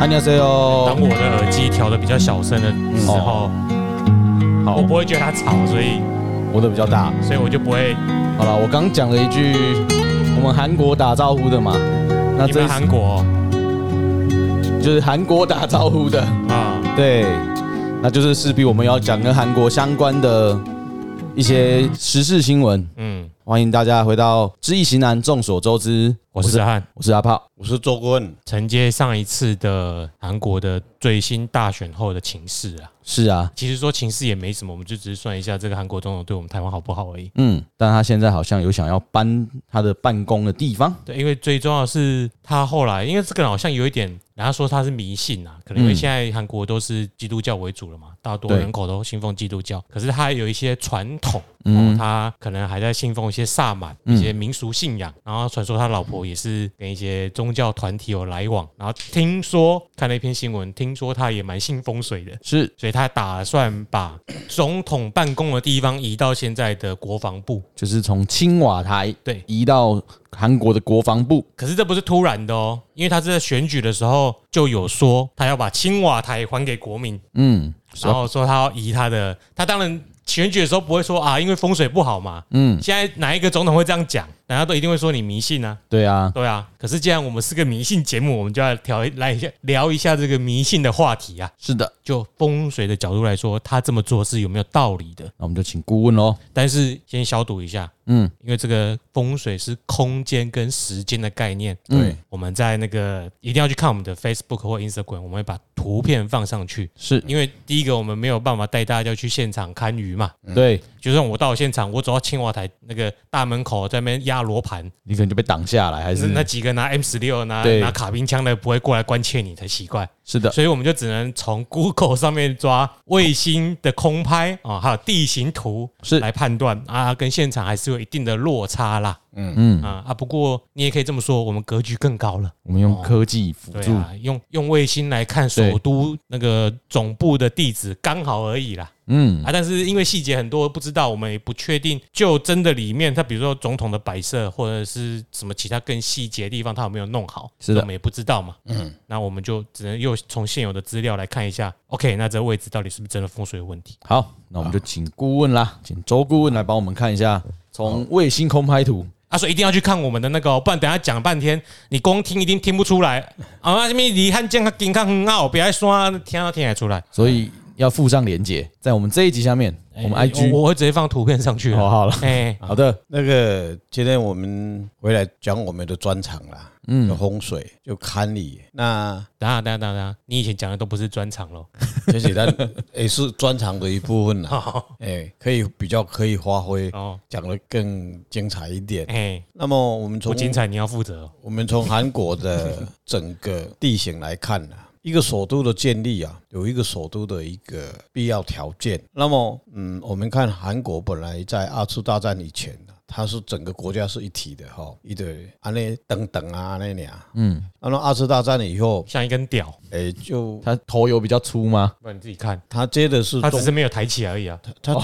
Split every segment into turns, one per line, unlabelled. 안녕하세요
当我的耳机调的比较小声的时候，
好
我，不会觉得它吵，所以
我的比较大。
所以我就不会。
好了，我刚讲了一句我们韩国打招呼的嘛，那
你
这一
们韩国
就是韩国打招呼 的，
啊，
对，那就是势必我们要讲跟韩国相关的一些时事新闻。
嗯，
欢迎大家回到知易行难，众所周知，
我是泽啊汉，
我是阿炮。
我是周棍，
承接上一次的韩国的最新大选后的情势啊。
是啊，
其实说情势也没什么，我们就只是算一下这个韩国总统对我们台湾好不好而已。
嗯，但他现在好像有想要搬他的办公的地方，
对，因为最重要的是他后来，因为这个人好像有一点，人家说他是迷信啊，可能因为
嗯
现在韩国都是基督教为主了嘛，大多
对
人口都信奉基督教，可是他有一些传统，
嗯
哦，他可能还在信奉一些萨满、
嗯
一些民俗信仰，然后传说他老婆也是跟一些宗教团体有来往，然后听说看了一篇新闻，听说他也蛮信风水的。
是
所以他打算把总统办公的地方移到现在的国防部，
就是从青瓦台
对
移到韩国的国防部，
可是这不是突然的哦，因为他是在选举的时候就有说他要把青瓦台还给国民，
嗯，
然后说他要移他的，他当然选举的时候不会说啊，因为风水不好嘛。
嗯，
现在哪一个总统会这样讲？大家都一定会说你迷信啊，
对啊，
对啊。可是既然我们是个迷信节目，我们就要调来一下聊一下这个迷信的话题啊。
是的，
就风水的角度来说，他这么做是有没有道理的？
那我们就请顾问喽。
但是先消毒一下，
嗯，
因为这个风水是空间跟时间的概念。
对，
我们在那个一定要去看我们的 Facebook 或 Instagram，我们会把图片放上去。
是
因为第一个，我们没有办法带大家去现场看鱼嘛。
对，
就算我到现场，我走到青瓦台那个大门口，在那边压罗盘，
你可能就被挡下来，还
嗯那
是
那几个拿 M 十六、拿
对
拿卡宾枪的不会过来关切你才奇怪。
是的，
所以我们就只能从 Google 上面抓卫星的空拍啊、还有地形图
是
来判断啊，跟现场还是有一定的落差啦。
嗯，
啊啊，不过你也可以这么说，我们格局更高了。
我们用科技辅
哦对
助，
啊，用用卫星来看首都那个总部的地址，刚好而已啦。
嗯，
啊，但是因为细节很多不知道，我们也不确定，就真的里面，它比如说总统的摆设或者是什么其他更细节的地方，它有没有弄好，
是的
我们也不知道嘛。嗯，那我们就只能又从现有的资料来看一下，OK，那这位置到底是不是真的风水有问题？
好，那我们就请顾问啦，请周顾问来帮我们看一下，从卫星空拍图，
啊，所以一定要去看我们的那个、哦，不然等一下讲半天，你光听一定听不出来啊。什么离汉健康健康很好，别爱刷，听都听得出来。
所以要附上连接，在我们这一集下面，我们
哎
IG，
我我会直接放图片上去。
哦，好了，
哎，
好的，
那个今天我们回来讲我们的专场啦，嗯，风水就看你那
等一下等一下等一下等一下，你以前讲的都不是专场喽。
这是咱也是专场的一部 分啦，哎、可以比较可以发挥，
哦，
讲得更精彩一点。
哎，
那么我们
不
从
精彩你要负责哦。
我们从韩国的整个地形来看呢、 一个首都的建立啊，有一个首都的一个必要条件。那么，嗯，我们看韩国本来在二次大战以前呢、它是整个国家是一体的哈、一对安内等等啊安内俩，嗯，那么二次大战以后，
像一根屌，
诶、就
他头油比较粗吗？
不然你自己看，
它接的是
他
中
只，是没有抬起来而已啊。
它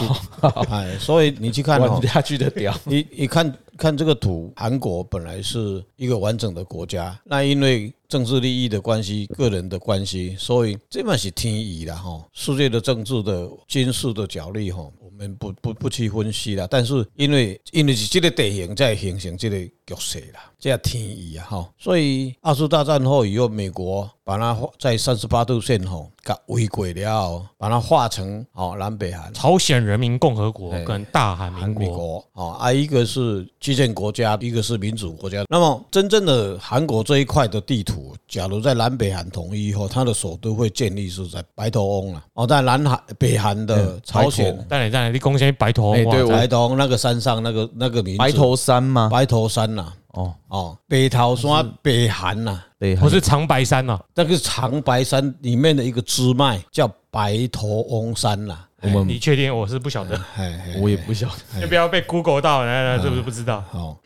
它 哎，所以你去
哦
看哈、
玩下去的 屌，
你你看看这个图，韩国本来是一个完整的国家，那因为政治利益的关系、个人的关系，所以这嘛是天意啦哈。世界的政治的军事的角力哈，我们不不不去分析啦。但是因为因为是这个地形在形成这个局势啦，这也天意啊哈。所以二次大战后以后，美国把它划在三十八度线吼，给围过了后，把它划成哦南北韩。
朝鲜人民共和国
哎
跟大韩
韩
民
国
国，
哦，啊，一个是基建国家，一个是民主国家。那么，真正的韩国这一块的地图，假如在南北韩统一以后，它的首都会建立是在白头翁了。哦，在南韩、北韩的朝鲜
白
当然当然，你贡献白头啊
哎
哇
对我
白头翁那个山上那个那个名字
白头山吗？
白头山呐、
哦，
哦，北头山北韩呐、
对，
不是长白山啊呐，
那个长白山里面的一个支脉叫白头翁山呐、
我们哎
哎你哎确定我是不晓得？
嘿嘿
我也不晓得，
要不要被 Google 到？
嗯
来来，是不是不知道？
好，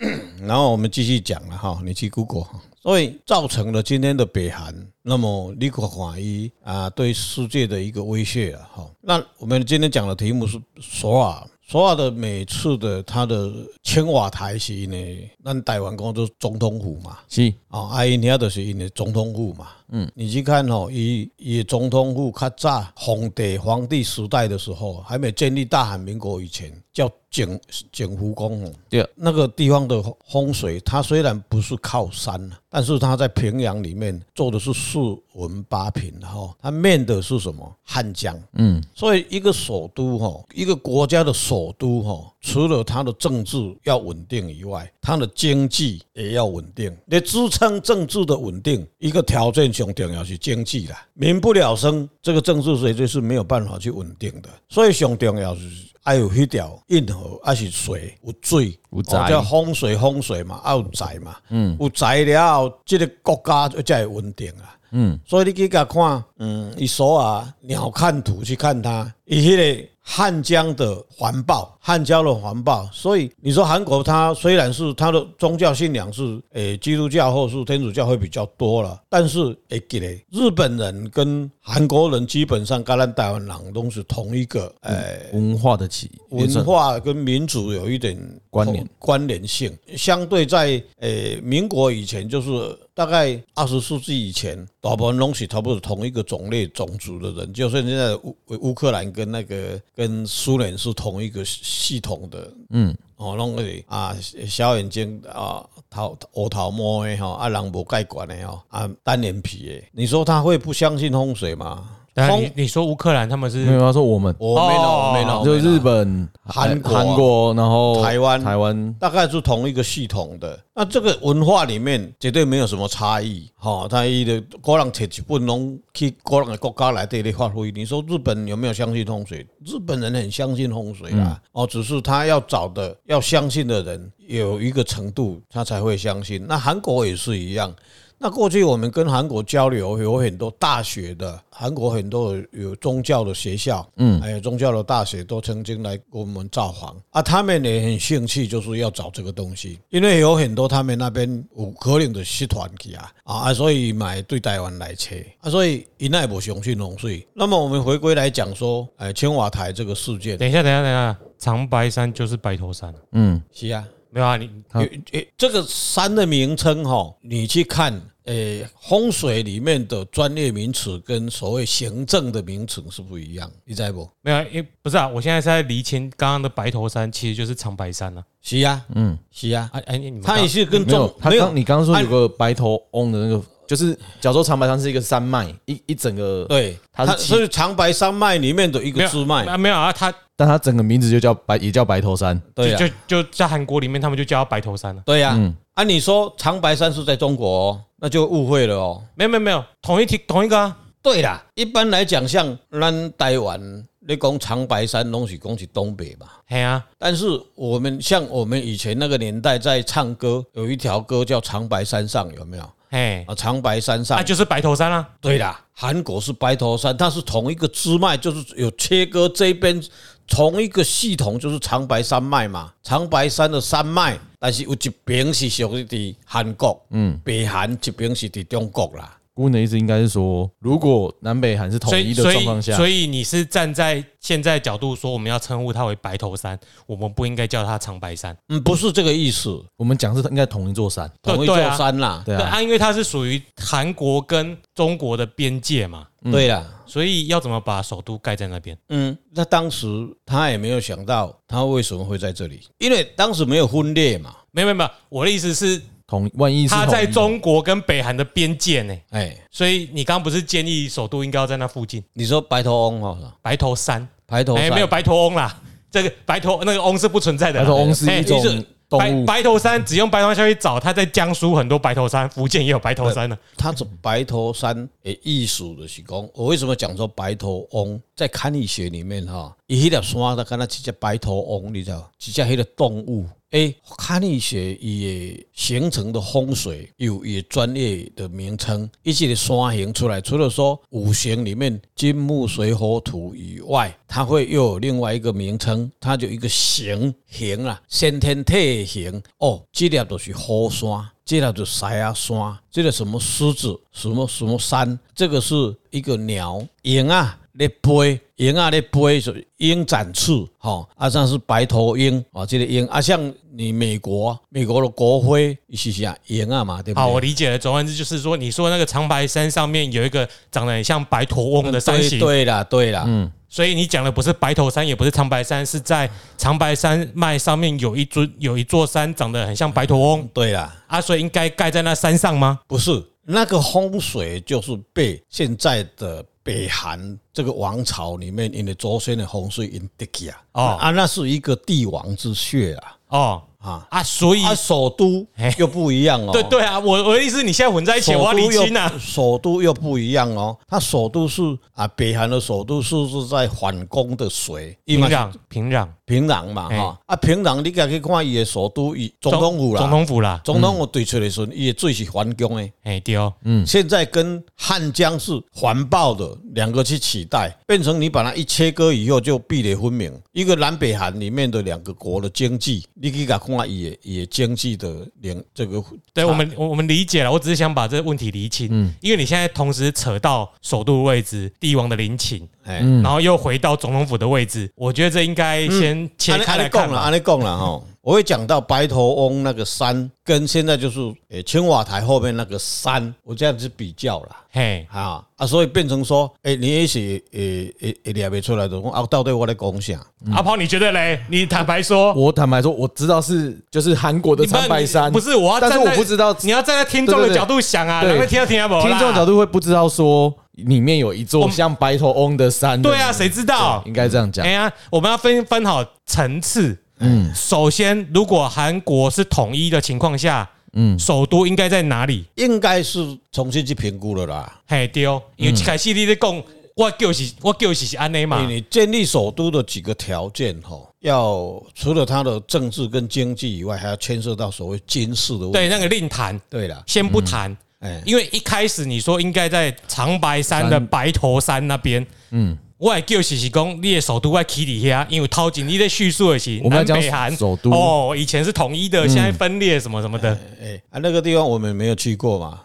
然后我们继续讲了哈，你去 Google 哈，所以造成了今天的北韩，那么你可怀疑啊对世界的一个威胁了哈。那我们今天讲的题目是首尔。首尔的每次的它的青瓦台是呢，咱台湾讲做总统府嘛，
是
哦，啊，因遐就是因的总统府嘛，嗯，你去看哦，以以总统府较早皇帝皇帝时代的时候，还没建立大韩民国以前，叫景景福宫哦。
对，
那个地方的风水，它虽然不是靠山啊，但是它在平阳里面做的是四文八平哈、哦，它面的是什么汉江，
嗯，
所以一个首都哈、哦，一个国家的首都哈、哦，除了它的政治要稳定以外，它的经济也要稳定。你支撑政治的稳定，一个条件上重要是经济啦，民不聊生，这个政治绝对是没有办法去稳定的。所以上重要是还有迄条运河，还是水有水，哦
有宅
叫风水风水嘛，还有宅嘛，嗯，有宅了后，这个国家才会稳定啊。
嗯，
所以你去甲看，嗯，伊所啊鸟瞰图去看它，伊迄个汉江的环抱，汉江的环抱。所以你说韩国它虽然是它的宗教信仰是诶、基督教或是天主教会比较多了，但是会记咧，日本人跟韩国人基本上跟咱台湾人都是同一个诶。
文化的起
文化跟民主有一点哦
关联
关联性，相对在诶、民国以前，就是大概二十世纪以前，大部分拢是差不多同一个种类种族的人，就算现在的乌乌克兰跟那个跟苏联是同一个系统的，
嗯，
哦，拢是啊小眼睛啊头乌头毛的吼，啊人无盖管的吼，啊单眼皮的，你说他会不相信风水吗？
当然，
风
你你说乌克兰他们
没
是
有他说我们
我没有，我没有，
哦就
我没有
日本、
韩国
啊
韩国，然后
台湾
台湾
大概是同一个系统的。那这个文化里面绝对没有什么差异，哈、他伊的个人摕一本拢去个人的国家来对咧发挥。你说日本有没有相信风水？日本人很相信风水啦，哦，只是他要找的要相信的人有一个程度，他才会相信。那韩国也是一样。那过去我们跟韩国交流，有很多大学的，韩国很多有宗教的学校，嗯，还有宗教的大学都曾经来给我们造访啊，他们也很兴趣，就是要找这个东西，因为有很多他们那边有可能的失团去啊，啊，所以买对台湾来切啊，所以因那也不相信洪水。那么我们回归来讲说，哎，青瓦台这个事件，
等一下，等一下，等一下，长白山就是白头山啊
嗯，
是啊，
没有啊？你
它
诶诶，这个山的名称哈，你去看，诶，风水里面的专业名词跟所谓行政的名词是不一样，你知不？
没有啊，因为不是啊，我现在是在厘清刚刚的白头山其实就是长白山啊。
是呀、啊，
嗯，
是呀、啊，
哎哎，你们
它也是跟
没有
中，
他刚你刚刚说有
哎
个白头翁的那个，就是假如说长白山是一个山脉，一一整个，
对，
它
它
是其
是长白山脉里面的一
没
个
有
支脉，
啊，没有啊，他
但它整个名字就叫白，也叫白头山，
对呀、
就就就在韩国里面，他们就叫白头山了。
对呀、啊。
嗯
你说长白山是在中国、哦，那就误会了哦。
没有没有没有，同一题同一个啊。
对啦，一般来讲，像咱台湾，你讲长白山，拢是讲是东北嘛。
嘿啊，
但是我们像我们以前那个年代在唱歌，有一条歌叫《长白山上》，有没有？
嘿，
啊，长白山上
啊，，就是白头山啊。
对啦，韩国是白头山，它是同一个支脉，就是有切割这边同一个系统，就是长白山脉嘛。长白山的山脉，但是有一边是属于伫韩国，嗯，北韩一边是伫中国啦。
顾问的意思应该是说，如果南北韩是统
所
一
以
的
所
状况
以
下，
所以你是站在现在角度说，我们要称呼它为白头山，我们不应该叫它长白山。
嗯，不是这个意思，
我们讲是应该同一座山，
对
同一座
对啊
山啦。
对
对
啊，
啊，因为它是属于韩国跟中国的边界嘛，
对啦。
所以要怎么把首都盖在那边？
嗯，那当时他也没有想到他为什么会在这里，因为当时没有分裂嘛，
没有没有没有，我的意思是
同万一是
它
统一
在
的
中国跟北韩的边界呢，
哎，
所以你刚刚不是建议首都应该要在那附近？
你说白头翁哦，
白头山，
白头
哎，
山
没有白头翁啦，这个白头那个翁是不存在的
白
啦。
头翁是
哎
一种
是白
动物，
白头山只用白头山去找，它在江苏很多白头山，福建也有白头
嗯
山呢。
它是白头山的艺术的是讲，我为什么讲说白头翁在堪舆学里面哈，伊迄条山它敢若一只白头翁，你知道，一只迄个动物。诶，堪舆学伊的形成的风水有伊的专业的名称，伊一个山形出来，除了说五行里面金木水火土以外，它会又有另外一个名称，它就一个形形啊，先天体的形哦，这粒就是火山。这条就狮啊山，这个什么狮子，什么什么山，这个是一个鸟，鹰啊，咧飞，鹰啊咧飞，所以鹰展翅，吼，啊像是白头鹰啊，这个鹰啊，像你美国，美国的国徽它是啥鹰啊
嗯
嘛，对不
好，我
对？
理解了。总而言之，就是说，你说那个长白山上面有一个长得很像白头翁的
嗯
山
对
形，
对啦，对啦，嗯，
所以你讲的不是白头山，也不是长白山，是在长白山脉上面有一尊有一座山，长得很像白头翁
对啦，
啊，所以应该盖在那山上吗？
不是那个风水就是被现在的北韩这个王朝里面，因为祖先的风水因得去啊，
哦
啊，那是一个帝王之血啊，
哦
啊，
啊，所以、
啊，首都
嘿
又不一样哦，
对对啊，我我的意思，你现在混在一起，
首
我要
都
理
又
清啊。
首都又不一样哦，它首都是啊，北韩的首都是是在反攻的水，
平
因为
壤，平壤，
平壤嘛
嘿
哈啊，平壤你家去看伊的首都，伊总统府
总
啦，
统府啦，
总统府对出来的时候，伊的水是反攻的。
哎对哦，
现在跟汉江是环抱的，两个去取代，变成你把它一切割以后就壁垒分明。一个南北韩里面的两个国的经济，你去甲看也也经济的连这个
对我们我我们理解了，我只是想把这个问题理清，
嗯
因为你现在同时扯到首都位置、帝王的陵寝，
哎。
然后又回到总统府的位置，我觉得这应该
嗯
先切开
安
来
尼讲
看
了，
吧。
安尼讲了哈，我会讲到白头翁那个山，跟现在就是诶青瓦台后面那个山，我这样子比较啦。
嘿，
啊啊，所以变成说，诶、你也许诶诶诶，列不出来的，啊，到底我在讲啥？
阿炮，你觉得嘞？你坦白说，
嗯我坦白说，我知道是就是韩国的
你不
长白山，
你不是我要站
但
在，
是我不知道
你要站在听众
对
的
对对
角度想啊，
对
哪会听到听不？
听众角
度，
度会不知道说里面有一座像白头翁的山的。
对啊，谁知道？
应该这样讲
哎。呀，我们要分分好层次。嗯，首先，如果韩国是统一的情况下，嗯，首都应该在哪里？
应该是重新去评估了啦。
嘿，对哦，
嗯
因为一开始你在讲，我就是我就是是安尼嘛
因，为建立首都的几个条件，哈，要除了它的政治跟经济以外，还要牵涉到所谓军事的问题。
对，那个另谈，
对啦，
先不谈。
嗯
哎、
因为一开始你说应该在长白山的白头山那边，嗯，我也就是是讲你的首都在起底下，因为头前你在叙述的是
我们要
南
讲
北韩
首都嗯
哦，以前是统一的，现在分裂什么什么的，
哎啊，那个地方我们没有去过嘛，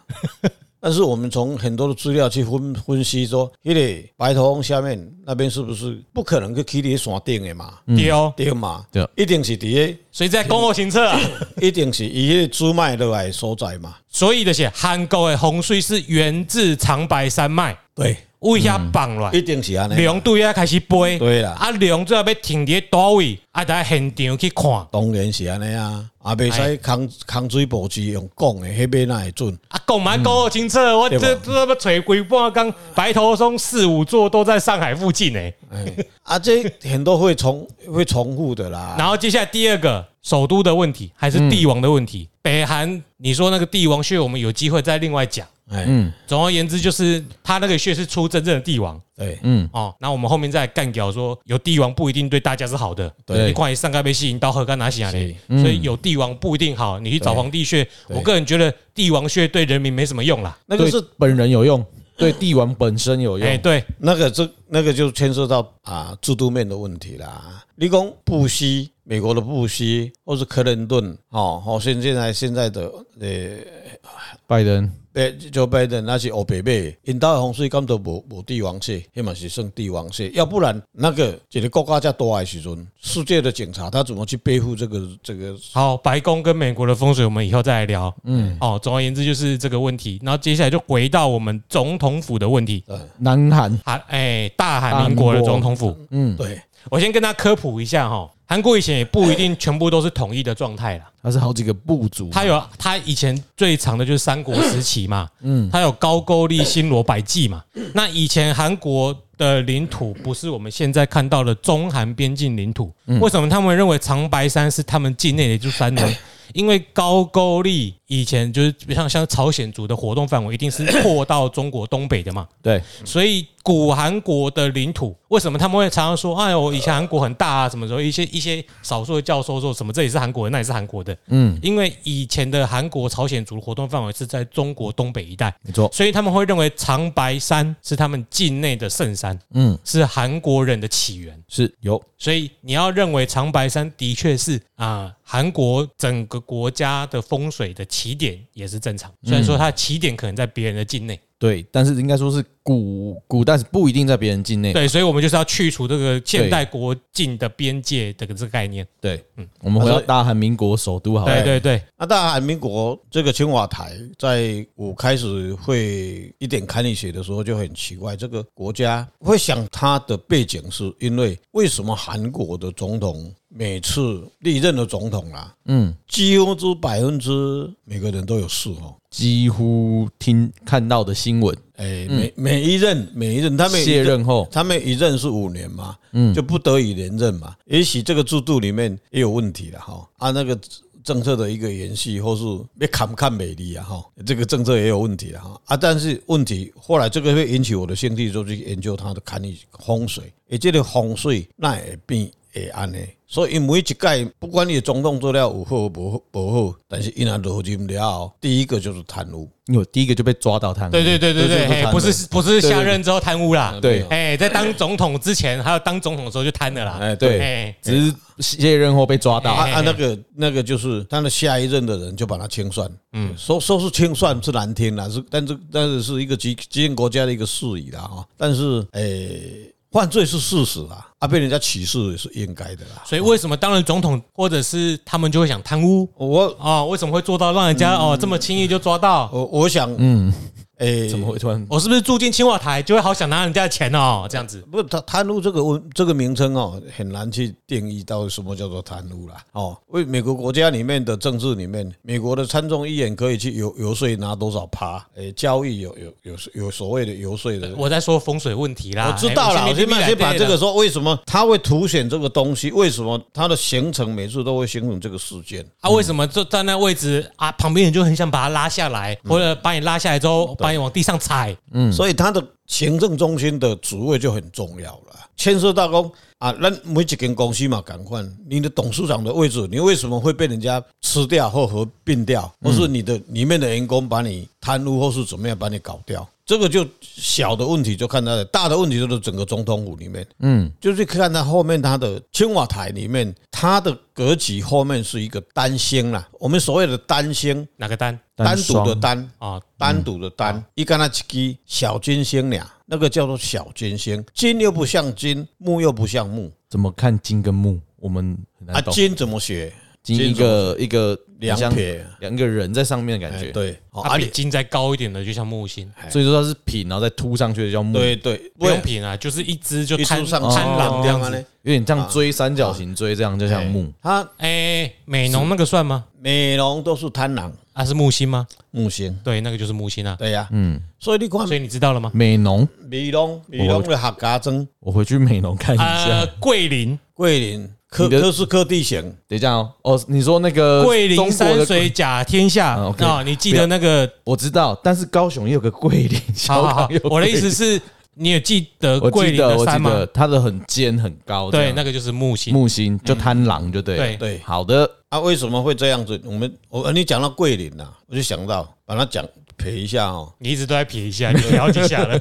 但是我们从很多的资料去分分析说，那个白头翁下面那边是不是不可能去起伫山顶的嘛？
嗯
对哦，
对嘛？
对
一定是伫
所以在公共行车啊，
个，一定是伊个主脉落来的所在嘛？
所以就是韩国的洪水是源自长白山脉，
对，
为遐放落来
嗯
一。定是安尼。
龙对遐开始飞，
对啦
啊龙最后要停伫倒位，啊在现场去看，
当然是安尼啊，啊，袂
哎
使空空水无字用讲的，迄边哪会准？
啊讲蛮讲好清楚，我
嗯对
这
吧
这要找规半工，白头松四五座都在上海附近诶。
哎，啊，这很多会重会重复的啦。
然后接下来第二个首都的问题，还是帝王的问
嗯
题。北韩，你说那个帝王穴，我们有机会再另外讲。
哎，嗯，
总而言之，就是他那个穴是出真正的帝王
对，
哦。那我们后面再来干掉说，有帝王不一定对大家是好的。
对嗯
你看你上盖被吸引到何干拿西亚嘞，所以有帝王不一定好。你去找皇帝穴，
对
我个人觉得帝王穴对人民没什么用啦。
那个是
对本人有用，对帝王本身有
哎，
用。
对，
那个这那个就牵涉到啊制度面的问题啦。你讲布希，美国的布希，或是克林顿，哦，好，现现在现在的呃，
拜登
呃，就拜登那是欧北美，因到洪水根本无无帝王蟹，迄嘛是算帝王蟹，要不然那个一个国家这么大的时阵，世界的警察他怎么去背负这个这个？
好，白宫跟美国的风水，我们以后再来聊。嗯，哦，总而言之就是这个问题。然后接下来就回到我们总统府的问题，
南韩
韩哎、呃大韩民国的总统府。
对，
我先跟他科普一下哈，韩国以前也不一定全部都是统一的状态啦。
它是好几个部族，
他有他以前最长的就是三国时期嘛，嗯，他有高句丽、新罗、百济嘛。那以前韩国的领土不是我们现在看到的中韩边境领土，为什么他们认为长白山是他们境内的一座山 呢？因为高句丽以前就是像像朝鲜族的活动范围一定是扩到中国东北的嘛，
对
所以古韩国的领土，为什么他们会常常说，哎呦，以前韩国很大啊，什么时候一些一些少数的教授说什么这也是韩国的，那也是韩国的，嗯，因为以前的韩国朝鲜族的活动范围是在中国东北一带，
没错，
所以他们会认为长白山是他们境内的圣山，嗯
嗯，
是韩国人的起源。
是有
所以你要认为长白山的确是啊，韩、国整个国家的风水的起点也是正常，虽然说它的起点可能在别人的境内，
对，但是应该说是古古，但是不一定在别人境内。
对，所以我们就是要去除这个现代国境的边界的这个概念。
对，我们回到大韩民国首都好
对
了。
对对，
那大韩民国这个青瓦台，在我开始会一点看历史的时候，就很奇怪，这个国家会想它的背景是因为为什么韩国的总统每次历任的总统啦，嗯，几乎之百分之每个人都有事哦。
几乎听看到的新闻，
哎，每每一任每一任，他们
嗯卸任后
他们一任是五年嘛，嗯，就不得已连任嘛。也许这个制度里面也有问题了哈，啊，那个政策的一个延续，或是被砍不砍美丽啊哈，这个政策也有问题了哈啊。但是问题后来这个会引起我的兴趣，就去研究它的看理风水，也这个风水那也变会安尼。所以因每一届不管你的总统做了有好无好无好，但是伊若落任了后，第一个就是贪污。
因为我第一个就被抓到贪污。
对对对对
这就是
对，嘿
贪
不
污
是不是下任之后贪污啦，
对对
哎，在当总统之前，还有当总统的时候就贪了啦，
哎，对，
对
哎，
只是卸任后被抓到。
啊
嘿
啊，
嘿
那个那个就是他的下一任的人就把他清算，嗯，说说是清算是难听啦，是但是但是是一个极极限国家的一个事宜啦哈，但是诶、犯罪是事实啦，啊被人家歧视也是应该的啦。
所以为什么当了总统或者是他们就会想贪污
我
啊？为什么会做到让人家哦这么轻易就抓到？哦
我我想，嗯，诶、
怎么会突然？
我是不是住进青瓦台就会好想拿人家的钱哦？这样子，
不，贪贪污这个文这个名称哦，很难去定义到什么叫做贪污啦。哦，为美国国家里面的政治里面，美国的参众议员可以去游游说拿多少趴，诶、交易有有有有所谓的游说的。
我在说风水问题啦，
我知道了，
哎
我先
先
先把这
对
个
了
说为什么它会凸显这个东西，为什么它的形成每次都会形成这个事件。
啊，为什么就站在位置啊？旁边人就很想把他拉下来，或者把你拉下来之后，把你往地上踩。
嗯，所以它的行政中心的职位就很重要了，牵涉到讲啊，那每一间公司嘛，赶快你的董事长的位置，你为什么会被人家吃掉或合并掉，或是你的里面的员工把你贪污或是怎么样把你搞掉？这个就小的问题就看它的，大的问题就是整个总统府里面，嗯，就是看它后面它的青瓦台里面，它的格局后面是一个单星啦，我们所谓的单星，
哪个单
单
单
独
双
的单
啊？
单独的单，一干那一支小金星俩，那个叫做小金星，金又不像金，木又不像木，
怎么看金跟木？我们很
啊，
难哎懂。
金怎么写？
金
金
一个一个
两
像
撇
两个人在上面的感
哎，
觉，
对，哦
啊，
啊，
比
你
金再高一点的就像木星，
所以说它是平，然后再凸上去的叫木，
对对，
不用品啊，就是一只就
一
贪
出上哦
贪狼这样子
呢。。
有点
啊
像锥三角形锥，这样就像木。
它
哎，美浓那个算吗？
啊美容都是贪狼
啊，是木星吗？
木星，
对，那个就是木星啊。
对呀，嗯，所以你看
所以你知道了吗？
美浓，
美容美容的客家庄、
我回去美浓看一
啊
下。，
桂林
桂林、科
你的
科斯科地形，
等一下哦，哦，你说那个
桂
中
林
国
山
的
水甲天下
啊，OK
啊，你记得那个？
我知道，但是高雄也有个桂林， 小
好好好
港有，
我的
桂
意思
林，
是，你也记得
我
桂
记
林
得
的
我
山
记
吗？
得它的很尖很高这
对，
样，
那个嗯就是木星。
木星就贪狼就对了。
对
好的，
啊，为什么会这样子？我们我你讲到桂林呐，我就想到把它讲陪一下哦。
你一直都在撇一下，你撇好几下了，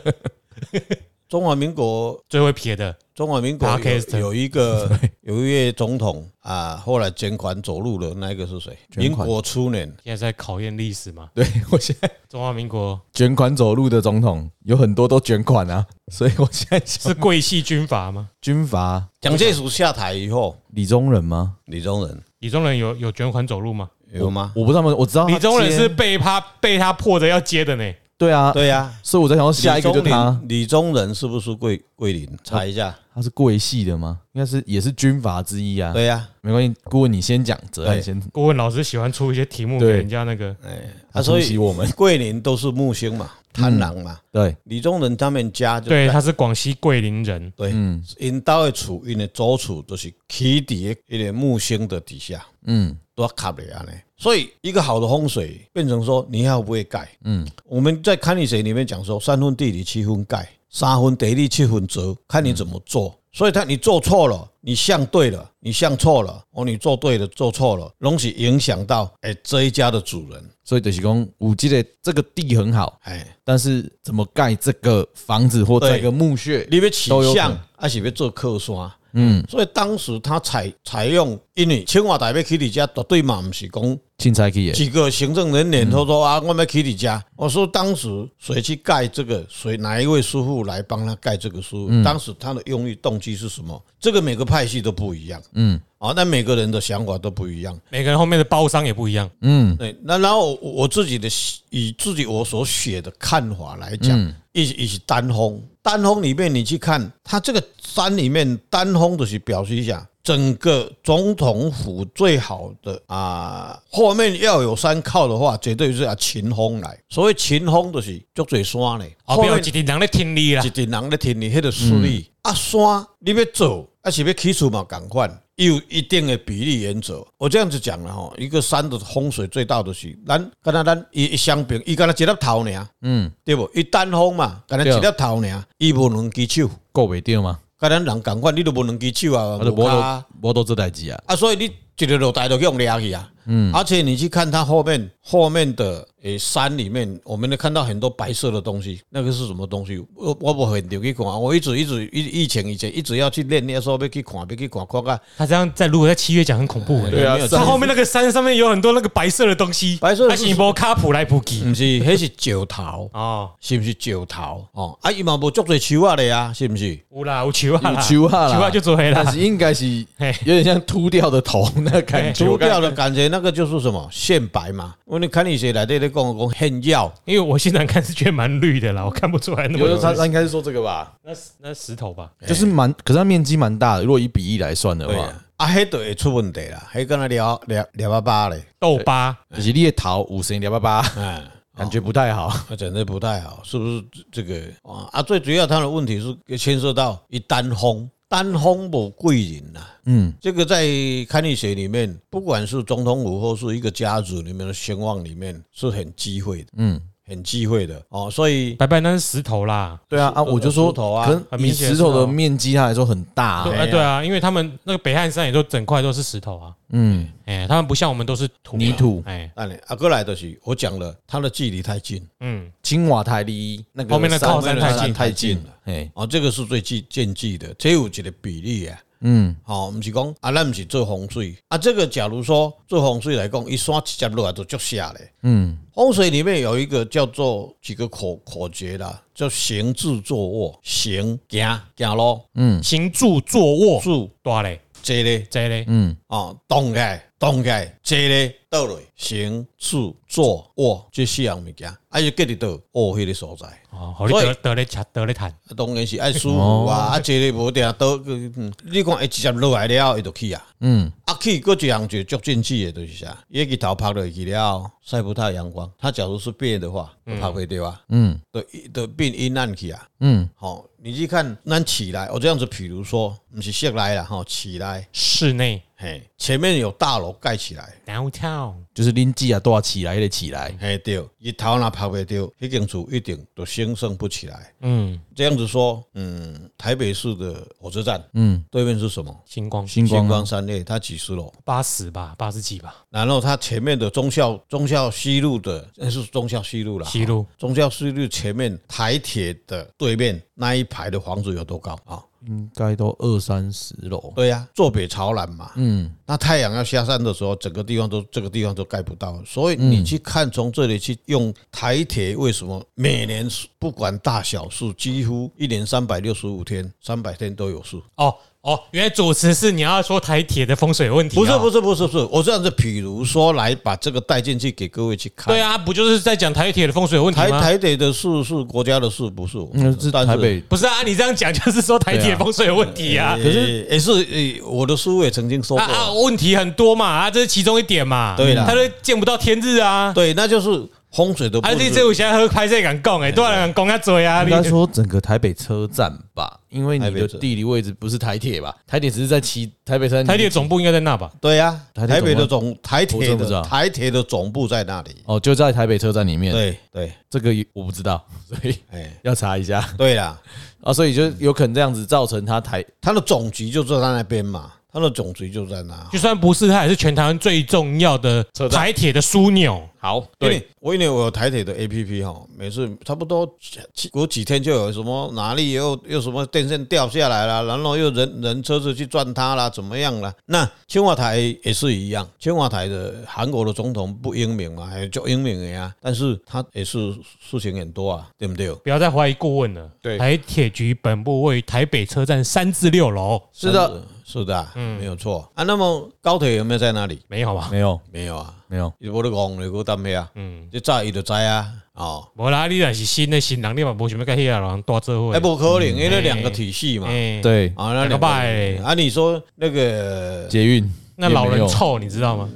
中华民国
最会撇的。
中华民国
Podcast
有有一个 有一位总统啊，后来捐款走路的那一个是谁？
捐
民
款
国初年，
现在在考验历史嘛？
对 我现在
中华民国
卷款走路的总统有很多都卷款啊，所以我现在想
是桂系军阀吗？
军阀
蒋介石下台以后，
李宗仁吗？
李宗仁
李宗仁有有卷款走路吗？
有吗？
我不知道他们，我知道他
李宗仁
接
是被他被他迫着要接的呢。
对啊，
对呀，
所以我在想说下一个就
李宗仁
他，
李宗仁是不是桂桂林？查一下，
他是桂系的吗？应该是也是军阀之一啊。
对呀，
没关系，顾问你先讲，哲
对
汉先
顾问老师喜欢出一些题目给
对
人家那个，
哎，啊，
他
所
出席
以
我们。嗯
桂林都是木星嘛，贪狼嘛。
对，
李宗仁他们家就
对，他是广西桂林人，
对，因兜的厝，因的祖厝都是起伫一个木星的底下，
嗯，
都要卡的安尼。所以一个好的风水变成说，你要不会盖，嗯，我们在看你水里面讲说，三分地理七分盖，三分地理七分折，看你怎么做。所以他你做错了，你向对了，你向错了，哦，你做对了，做错了，拢是影响到哎、这一家的主人，
所以就是讲，五 G 的这个地很好，
哎、
但是怎么盖这个房子或
对
这个墓穴，
你要起
都有可
向
能
还是要做靠山？嗯，所以当时他采采用，因为清华台北起你家绝对嘛，不是讲
钦差去的，
几个行政人员都说啊，
嗯
我们起你家。我说当时谁去盖这个，谁哪一位师傅来帮他盖这个书？
嗯
当时他的用意动机是什么？这个每个派系都不一样，嗯，啊，那每个人的想法都不一样。
每个人后面的包商也不一样，
嗯
对，那然后我我自己的以自己我所写的看法来讲，
嗯
一是一是单峰，单峰里面你去看，它这个山里面单峰就是表示一下整个总统府最好的啊，后面要有山靠的话，绝对是啊秦风来，所谓秦风就是足多山嘞，
后边有一群人在听你啦
一，群人咧听你迄个树立啊山，你要走，啊是要起厝嘛共款，伊有一定的比例原则。我这样子讲了吼，一个山的风水最大的是咱，敢若咱伊相平，伊敢若一粒头尔，嗯，对无？伊单风嘛，敢若一
对
粒头尔，伊无两只手，
够袂掉吗？
甲咱人共款，你都无两只手啊，
我就
无
无
脚
到
啊
无到这代志啊，
啊，所以你一个落台就去用掠去啊。嗯，而且你去看它后面后面的诶山里面，我们能看到很多白色的东西，那个是什么东西？我我不很丢去看，我一直一直疫疫情以前一直要去练，那时候要去看，要去看，看啊，
他这样在如果在七月讲很恐怖哎、
对啊
没有
山
他后面那个山上面有很多那个白色的东西，
白色的
它
是
是波卡普来普
嗯
吉
不是，迄是石头，
哦，
是不是石头？哦，啊，伊嘛无足多树啊咧啊，是不是？
有啦有球啊啦，
有球啊啦
球啊就做黑啦
但，是应该是
嘿
有点像秃掉的头那感觉，
除掉的感觉，那个就是什么现白嘛。我你看你写来底咧讲讲现药，
因为我现场看是觉得蛮绿的啦，我看不出来那么
有他
多。
他应该是说这个吧，
那那石头吧，
就是蛮，可是它面积蛮大的，如果以比例来算的
对
话，
啊，啊，迄就会出问题啦，迄敢若聊聊聊巴巴咧，
豆疤
就是你的头五十两八八，
嗯。
感觉不太好。
啊那讲的不太好，是不是这个啊？啊，最主要他的问题是牵涉到一单风，单风不贵人呐、嗯，这个在堪舆学里面，不管是总统府或是一个家族里面的兴旺里面，是很忌讳的，嗯，很忌讳的哦。所以
白白那是石头啦，
对啊 啊，
石头
我就说
石头啊
可能
很
以
明显
石
是
头的
哦
面积它来说很大啊，
对啊对啊，因为他们那个北汉山也都整块都是石头啊，
嗯，
哎，他们不像我们都是土啊
泥土
哎，
啊，啊，过来就是我讲了，他的距离太近，
嗯，
青瓦台离那个
后面的靠
山
山太近
太
太
近
近了
了，哎，
哦，这个是最忌禁忌的，这有一个比例啊。
嗯，
哦，毋是讲啊，咱毋是做风水啊。这个假如说做风水来讲，伊山直接落来就足下咧。
嗯，
风水里面有一个叫做几个口口诀啦，叫行住坐卧，行行行路，
行住坐卧，
住
多嘞
坐咧，
这嘞，
哦，动起来动起来，坐咧倒落，行住坐卧这四样物件，啊，就记得到卧迄个所在。
哦，好你
所以
得得嘞吃得嘞谈，
啊当然是爱舒服啊，啊，坐咧无定倒，嗯你看伊直接落来了，伊就去啊。嗯，啊去，搁一项就足进去的，就是啥，伊个头拍落去了，晒不到阳光，它假如是变的话，就拍袂掉啊。嗯，就就变阴暗去啊。嗯，好，你去看咱起来，我这样子，比如说，毋是室内啦，吼，起来，
室内
嘿，前面有大楼盖起来，
downtown
就是林记啊，都要起来也得起来，
嘿对，日头若拍袂掉，迄间厝一定就生生不起来。
嗯，
这样子说，嗯，台北市的火车站，嗯，对面是什么？
星光
星光
星
啊
光三月，它几十楼，
八十吧，八十几吧，
然后它前面的忠孝忠孝西路的，那是忠孝西路啦。
西路
忠孝西路前面台铁的对面那一排的房子有多高啊？
应该都二三十楼，
对呀、啊坐北朝南嘛。嗯，那太阳要下山的时候，整个地方都这个地方都盖不到，所以你去看从这里去用台铁为什么每年不管大小事，几乎一年三百六十五天，三百天都有事。
哦哦，原来主持是你要说台铁的风水问题、啊
不是不
是，
是不是不是，我这样子，比如说来把这个带进去给各位去看。
对啊，不就是在讲台铁的风水问题
台
吗？
台北的事是国家的事，不是我们的
嗯，
事？
是
但
台北。
不是啊，你这样讲就是说台
对
铁
啊
风水有问题啊。
可是也是诶，我的书也曾经说
啊
过。
啊，问题很多嘛，啊，这是其中一点嘛。
对啦
他都见不到天日啊。
对，那就是风水的布
啊，你这
置。
我现在喝拍摄敢讲哎，多少人讲他嘴啊？
应
你
该说整个台北车站吧，因为你
台北
的
车
地理位置不是台铁吧？台铁只是在其台北山
台铁总部应该在那吧？
对呀、
台
台
北
北
总
的总台
我
铁
真不知
的
道嗯
台铁的总部在那里。
哦，就在台北车站里面。
对对，
这个我不知道， 所以
哎，
要查一下
对啦，
啊。所以就有可能这样子造成它台
它的总局就在那边嘛，它的总局就在那。
就算不是，它也是全台湾最重要的
车站
台铁的枢纽。
好，
因
对
为我因为我有台铁的 A P P 哈，每次差不多几过几天就有什么哪里又又什么电线掉下来了，然后又人人车子去撞它啦，怎么样了？那青瓦台也是一样，青瓦台的韩国的总统不英明嘛，啊还就英明的呀，但是他也是事情很多啊，对不对？
不要再怀疑顾问了。
对
台铁局本部位于台北车站三至六楼，
是的，，
是的啊，没有错啊。那么高铁有没有在那里？
没有吧？
没有
没有啊，
没有，
我都讲了，我单位啊，
嗯，
你炸伊就知啊，哦。
无啦，你若是新的新人，你嘛无想要跟迄个啊人大做伙
哎，。不可能，因为两个体系嘛，
哎，
对
啊，那
两个
两
拜
个
嘞
啊，你说那个
捷运
那老人臭，你知道吗？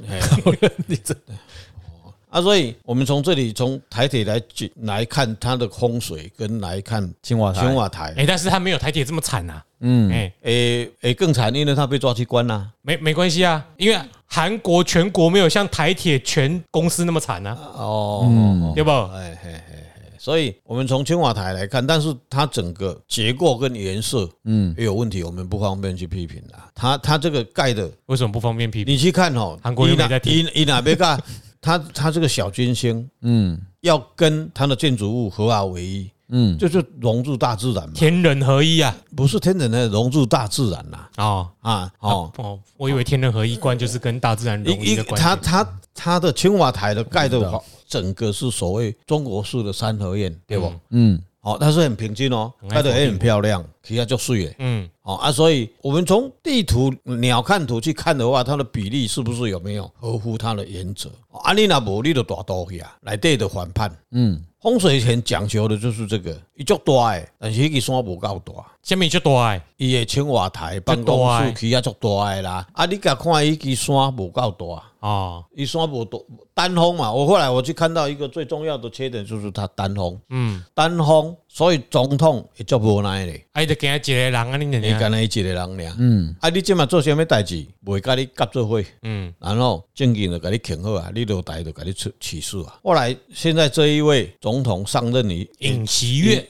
啊，所以我们从这里从台铁来解来看它的风水，跟来看
青瓦台
青瓦台，
哎，但是他没有台铁这么惨呐。嗯，哎，
诶诶，更惨，因为他被抓去关啦。
没没关系啊，因为韩国全国没有像台铁全公司那么惨啊，
哦，
对不？
哎嘿嘿嘿，所以我们从青瓦台来看，但是它整个结构跟颜色，嗯，也有问题，我们不方便去批评啦。它它这个盖的，
为什么不方便批评？
你去看哦，
韩国又
伊
没
那
在听
伊伊哪边盖， 它它这个小金星，嗯，要跟它的建筑物合二为一。嗯，就是融入大自然嘛，
天人合一啊！
不是天然的融入大自然啦、
哦
啊，哦，
哦，我以为天人合一观就是跟大自然融
一
一
一
的关系。嗯
它它它的青瓦台的盖的整个是所谓中国式的三合院，对不？
嗯，
哦，它是很平均哦，
很爱
盖的也
否定
很漂亮，其他就碎了。
嗯，
哦啊，所以我们从地图鸟瞰图去看的话，它的比例是不是有没有合乎它的原则？哦啊，你那无你就大刀去啊，内底的反叛。嗯，风水很讲究的就是这个，伊足大诶，但是迄个山无够大。
下面就多哎，
伊的青瓦台办公室起啊足大的啦，啊你甲看伊支山无够大，
哦，
伊山无大单峰嘛。我后来我去看到一个最重要的缺点就是它单峰，
嗯，
单峰，所以总统也足无奈咧，
哎，就惊一个人啊，你
伊
娘娘，
干那一个人俩，嗯，啊你即嘛做啥物代志，袂甲你夹做伙。
嗯，
然后政经就给你请好啊，你落台就给你起起诉啊。后来现在这一位总统上任以
尹锡悦，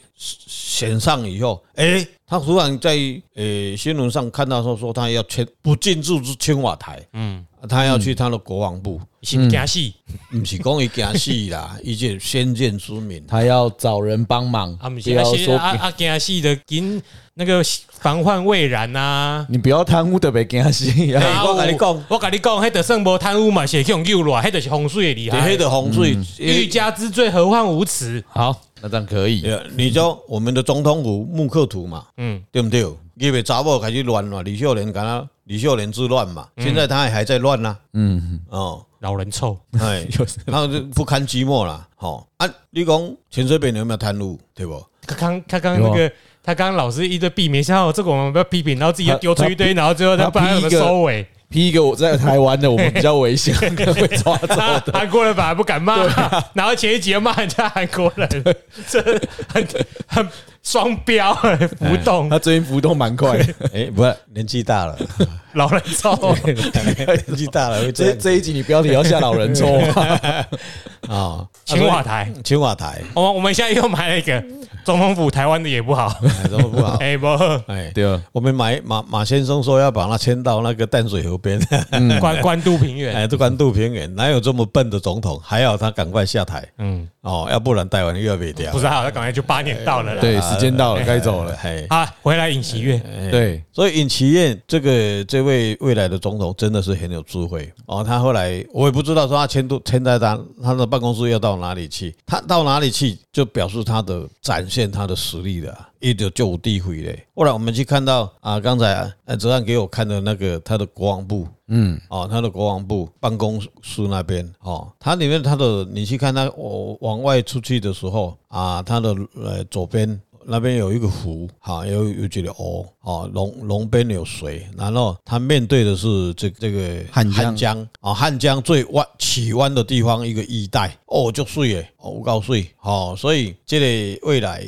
选上以后，嗯诶，他突然在诶新闻上看到说说他要迁不进驻青瓦台，
嗯，
他要去他的国防部，
是不是惊死，
不是讲伊惊死 啦，伊这先见之明。
他要找人帮忙，
啊，不
不
是啊
要
是
说
啊啊惊死的，紧那个防患未然呐。
你不要贪污的北京西
哎
啊，
啊
我跟你，
有
讲
我跟你讲，迄就算无贪污嘛，是去用救落，迄就是洪水的厉
对，黑
害。
的洪
嗯
水，
欲加之罪，何患无辞？
好，那这样可以，
呃你说我们的总统府木刻图嘛，
嗯，
对不对？因为查某开始乱了，李秀莲跟他李秀莲之乱
嗯
嘛，现在他也还在乱呐，
嗯，
哦，
老人臭，
哎，他就不堪寂寞啦，吼啊！你讲陈水扁有没有贪污，对不？
他刚他刚那个他刚老师一堆避免，像我这个我们不要批评，然后自己又丢出一堆，然后最后他不知道怎么收尾。
批一个我在台湾的，我们比较危险，可能会抓走。
他韩国人反而不敢骂，然后前一集又骂人家韩国人，这很很双标，很浮动，
他最近浮动蛮快的，
哎，不是，年纪大了，
老人 臭。
年纪大了会这
这
样
这一集你标题要下老人抽啊，
啊。
青瓦台，
青瓦台，
我们我们现在又买了一个总统府，台湾的也不 好，
哎，怎么不好？
哎不，
哎，
对啊，
我们马马马先生说要把它迁到那个淡水 河边，
关关渡平原，
哎，这关渡平原哪有这么笨的总统？还好他赶快下台
嗯，
哦，要不然台湾又要被掉
不。是好，赶快就八年到了啦。
对，时间到了，该走了，
哎，
啊，回来尹锡悦，
对，
所以尹奇燕这个这位未来的总统真的是很有智慧哦。他后来我也不知道说他迁都迁在他他的办公室要到哪里去，他到哪里去就表示他的展现他的实力了啊，一九九五地回嘞。后来我们去看到啊，刚才啊呃泽安给我看的那个他的国防部，嗯，哦，他的国防部办公室那边哦，它里面它的你去看它我往外出去的时候啊，它的呃左边那边有一个湖，哈，有有几个湖，哦，龙龙边有水，然后它面对的是这这个
汉江
江啊，汉江最湾起湾的地方一个驿带，哦，就水耶，哦，有够水，哦，所以这个未来。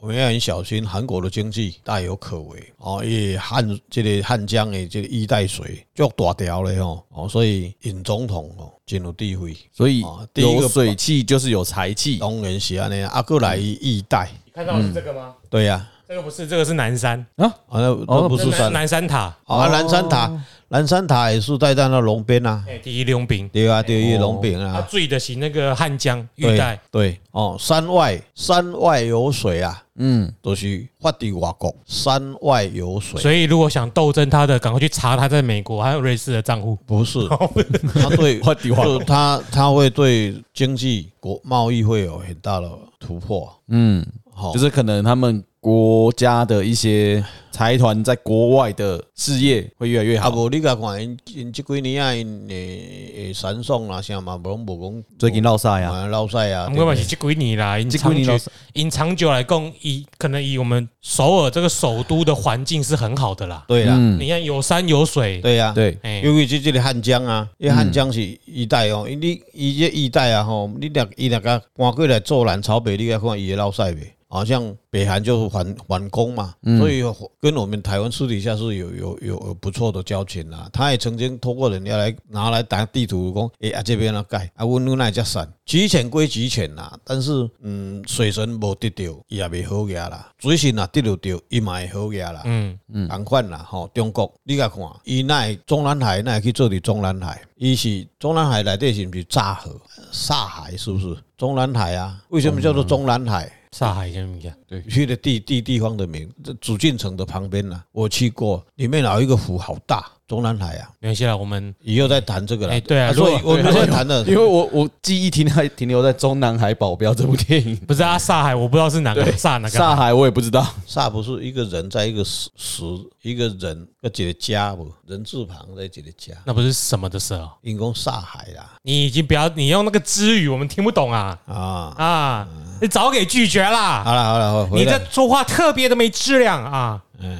我们要很小心，韩国的经济大有可为哦，也汉这个汉江的这个一带水就大条了吼哦，所以尹总统哦真有地位，
所以
哦第一个
有水气就是有财气，嗯
当然是安尼啊，啊，过来伊一带，
你看到的是这个吗？
对呀、啊，
这个不是，这个是南山，
啊，那
哦
那不是山
南山塔，
啊，南山塔，南山塔也是在在那龙边啊，
哎，第一佣兵，
对啊，
哦
对，玉龙饼
它
啊，
最的是那个汉江玉带
对，对哦，山外山外有水啊，
嗯，
都是发地外国，山外有水，
所以如果想斗争他的，赶快去查他在美国还有瑞士的账户。
不是，他对
发地外国
就他他会对经济国贸易会有很大的突破，
嗯，
好
就，是可能他们国家的一些财团在国外的事业会越来越
啊，
好。
无你甲看因因即几年啊，因诶诶闪送啦，啊啥嘛，无拢无讲
最近闹啥呀？
啊老赛啊
我，们是这几年啦，因
这几
长
年
久
来，
因长久来讲，以可能以我们首尔这个首都的环境是很好的啦。
对啦，
嗯，
你看有山有水，
对啊呀，
对，
哎，
尤其是这个汉江啊，因为汉江是一带哦，因你伊这一带啊吼，你若伊若甲搬过来做南朝北，你甲看伊的老赛袂？好像北韩就是反反攻嘛，所以跟我们台湾私底下是有有有有不错的交情啦。他也曾经通过人家来拿来打地图讲，诶、啊这边啊盖啊，阮阮那只散，集权归集权啦，但是嗯，水神无得到，伊也袂好个啦；水神若得到到，伊嘛会好个啦。
嗯，
同款啦，吼，中国你甲看，伊那会中南海那会去做伫中南海，伊是中南海内底是毋是炸河、沙海是不是？中南海啊，为什么叫做中南海？
上海什么的，
去的地地地方的名，这紫禁城的旁边啊，我去过，里面有一个湖好大，中南海啊，
没关系啦，我们
以后再谈这个啦。
哎对啊
所以
如
我
果
们会谈的
因为我我记忆停还停留在《中南海保镖》这部电影，
不是啊，上海我不知道是哪个上哪
上
个，
海我也不知道。
煞不是一个人在一个石石一个人个一个家不人字旁在一个家，
那不是什么的蛇哦。
因讲煞海啦
你已经不要你用那个之语，我们听不懂啊
啊，
啊！你早给拒绝啦！
好了好了，回
你
来哎
这说话特别的没质量啊！
我们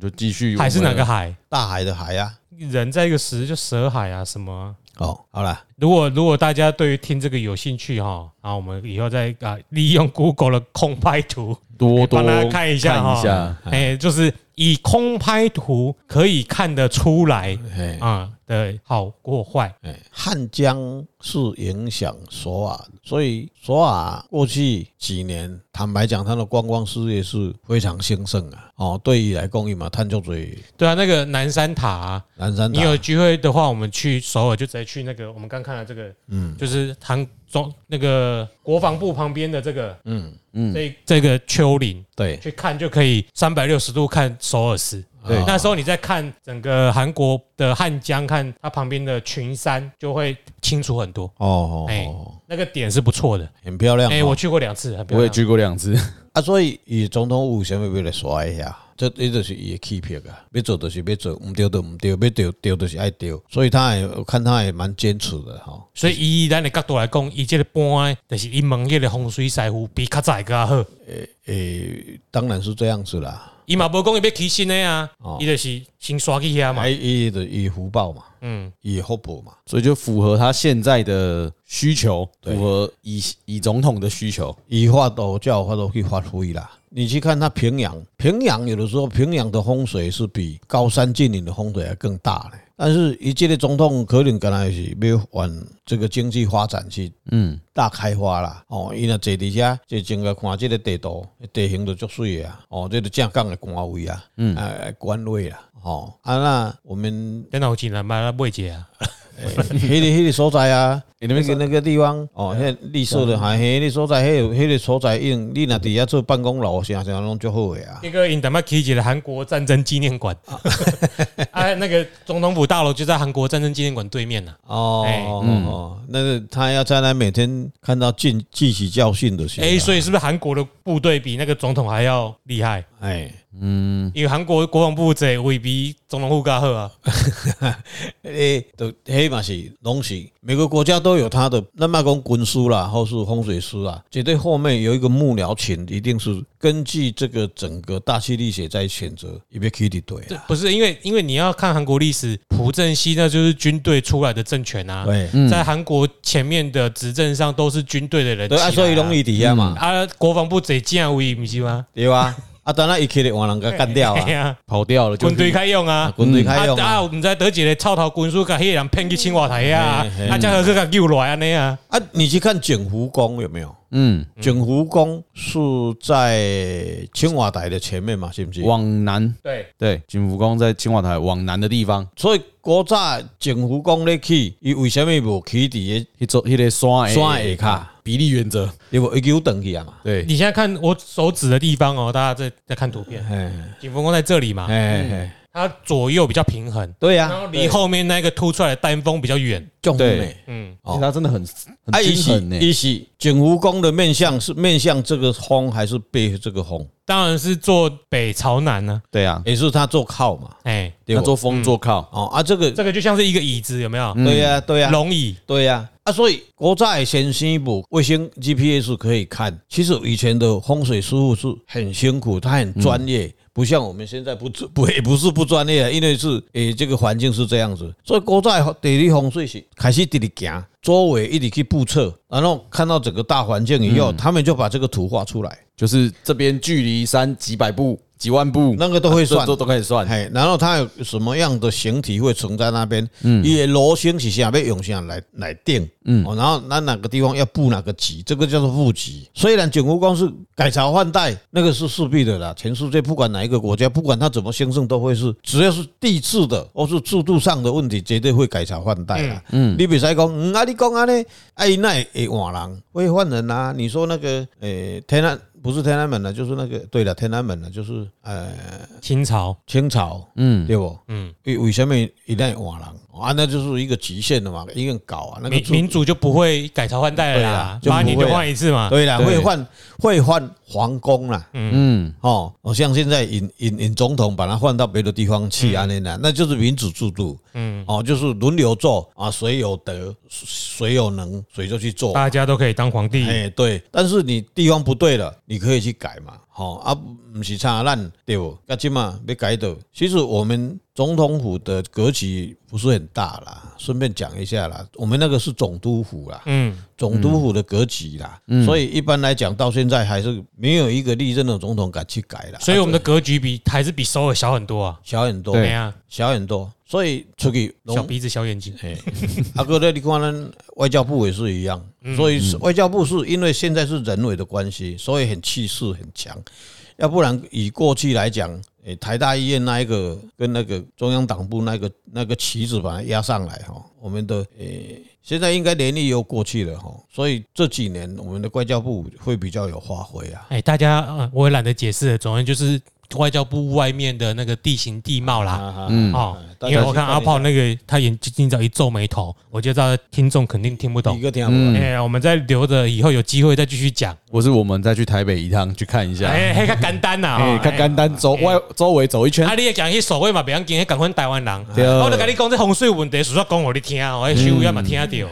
就继续，
海是哪个？海？
大海的海啊。
人在一个时就蛇海啊什么啊？
哦，好啦，
如果如果大家对于听这个有兴趣哈，啊，我们以后再啊利用 Google 的空拍图，
多多
帮大家看一下
看一
哈
下，
啊
哎，就是以空拍图可以看得出来
哎
啊的好或坏。
哎，汉江是影响索瓦，所以索瓦过去几年，坦白讲，它的观光事业是非常兴盛啊。哦，对于来讲，伊嘛探究最
对啊，那个南山塔啊、
南山
你
塔，
有机会的话，我们去首尔就直接去那个我们刚看的这个，嗯，就是韩中那个国防部旁边的这个，嗯嗯，这这个丘陵
对
去看就可以三百六十度看首尔市。
对
啊
那时候你在看整个韩国的汉江，看它旁边的群山，就会清楚很多。
哦哦
哎
哦，
那个点是不错的。
很漂亮、哦。
哎，我去过两次，很漂
我也
亮。
去过两次，
啊，所以伊总统有啥物要来耍一下，这伊就是伊的气魄啊，要做就是要做，毋对就毋对，要对对就是爱对，所以他也我看他也蛮坚持的哈、哦。
所以以咱的角度来讲，伊这个搬，就是伊门迄个风水师傅比较早个好。
诶，当然是这样子啦。
伊嘛无讲伊要起新的啊
哦，
伊就是先刷去遐嘛
哎，。伊的伊福报嘛，
嗯，
伊福报嘛。
所以就符合他现在的需求，
对
符合以以总统的需求。
以法度才有法度去发挥啦。你去看它平阳，平阳有的时候平阳的风水是比高山峻岭的风水还更大嘞。但是，一届的总统可能敢若是要往这个经济发展去
嗯，
大开发啦。哦，伊若坐伫遮，就整个看这个地图，地形就足水的啊。哦，这个正港的官位啊，嗯，哎，官位啦。哦，啊，那我们
等下有钱人买来买一啊。
迄个迄个所在啊，
你
那
那
个
边
那个地方哦，迄绿色的，还迄个所在，迄个迄个所在用，你若伫遐做办公楼，啥啥拢足好的啊。
那个因他妈起一个韩国战争纪念馆， 啊，那个总统府大楼就在韩国战争纪念馆对面呐。
哦
哎
哦，哦那个他要在那每天看到进记起教训啊的时候，
哎，所以是不是韩国的部队比那个总统还要厉害？
哎，
因为韩国国防部这会比总统府较好啊。
诶，都迄嘛是拢是每个国家都有他的，那么讲军师啦，或是风水师啊，绝对后面有一个幕僚群，一定是根据这个整个大气力学在选择，伊要去的对
这
啦，
不是因为因为你要看韩国历史，朴正熙那就是军队出来的政权啊。
对嗯
在韩国前面的执政上都是军队的人起
对
来啊，
啊，所以拢伊底下嘛，
啊，国防部这正位不是吗？
对吧？啊，当然伊去的换人家干掉 啊
哎。呀，
跑掉了，就
军队
是
开用啊
啊，。军队开用
啊啊！
啊！
我们在得一个臭头军师，甲迄个人骗去清华台啊
嘿，嘿
啊，才好去甲救落来安尼啊。
啊，你去看景福宫有没有？
嗯，
景福宫是在清华台的前面嘛，是不是？
往南，
对，
对，景福宫在青瓦台往南的地方，
所以古早景福宫咧起，伊为什么无起伫
一座迄个山
个
的
山下骹？
比例原则，
因为伊有等去啊嘛。
对，
你现在看我手指的地方哦，大家在在看图片，
哎
景福宫在这里嘛，
哎哎，
它左右比较平衡，
对啊
然后
呀，
离后面那个凸出来的丹峰比较远。
中
对
美。
嗯，
其实它真的很
啊，
很
伊
均
是
欸
衡呢。
伊是景福宫的面向是面向这个风还是背这个风？
当然是坐北朝南呢、
对啊，
也是他做靠嘛，
哎，
对
那
吧？
做风做靠，
哦啊，这个
这个就像是一个椅子，有没有？
对呀嗯对呀啊
龙椅。
对呀啊，所以国债先生部卫星 GPS 可以看。其实以前的风水师傅是很辛苦，他很专业。不像我们现在不 知不也不是不专业啊，因为是诶这个环境是这样子，所以国债地理风水是开始地理行，周围一直去布测，然后看到整个大环境以后，他们就把这个图画出来，
就是这边距离山几百步、几万步，
那个都会算
啊这，都可以算。
嘿，然后它有什么样的形体会存在那边？嗯，伊的螺形是下面用啥来来定？嗯，然后那哪个地方要布哪个级，这个叫做布级。虽然景福宫是改朝换代，那个是势必的啦。全世界不管哪一个国家，不管它怎么兴盛，都会是只要是地质的或是制度上的问题，绝对会改朝换代啦。嗯，你比赛讲，嗯啊，你讲啊呢，哎，那会会换人，会换人啊。你说那个，诶、天安不是天安门了，啊就是那个，对了，天安门了，就是呃。
清朝，
清朝，嗯，对不？
嗯
嗯，为为什么一旦换人啊？那就是一个极限了嘛，一个搞啊，那个
民
制
民主就不会改朝换代了啦，
对啊
八
就
年
不会
就换一次嘛。
对啦，
对
会换会换皇宫啦，
嗯，
哦，我像现在尹尹尹总统把他换到别的地方去啊，那那那就是民主制度，嗯，哦，就是轮流做啊，谁有德，谁有能，谁就去做，
大家都可以当皇帝。
哎，对，但是你地方不对了，你可以去改嘛，吼、啊，不是差烂对不？那起码要改的。其实我们总统府的格局不是很大啦，顺便讲一下啦，我们那个是总督府啦，
嗯，
总督府的格局啦，所以一般来讲到现在还是没有一个历任的总统敢去改啦，
所以我们的
啊
格局比还是比首尔小很多啊。
小很多，
对啊，
小很多，所以出去
小鼻子小眼睛。
嘿啊，哥咧，你看咱外交部也是一样，所以是外交部是因为现在是人为的关系，所以很气势很强，要不然以过去来讲，诶、台大医院那一个跟那个中央党部那个那个旗子把它压上来哈，我们的诶、现在应该年历又过去了哈，所以这几年我们的外交部会比较有发挥啊。
哎，大家，呃我也懒得解释了，总而言之就是外交部外面的那个地形地貌啦。
嗯，
哦，
大
因
家
为我看
去
阿
一下
炮那个，他眼睛今早一皱眉头，我就知道听众肯定听不
一
懂。
个听不懂，
哎，我们再留着以后有机会再继续讲。
或是我们再去台北一趟去看一下，
哎，嘿，较简单呐，
哎，
哦
看干单走外周围走一圈
啊，，你也讲迄所谓嘛，别要紧，迄赶快台湾人。
对
我就跟你讲，这洪水问题，事实讲互你听哦，迄收也嘛听着哦。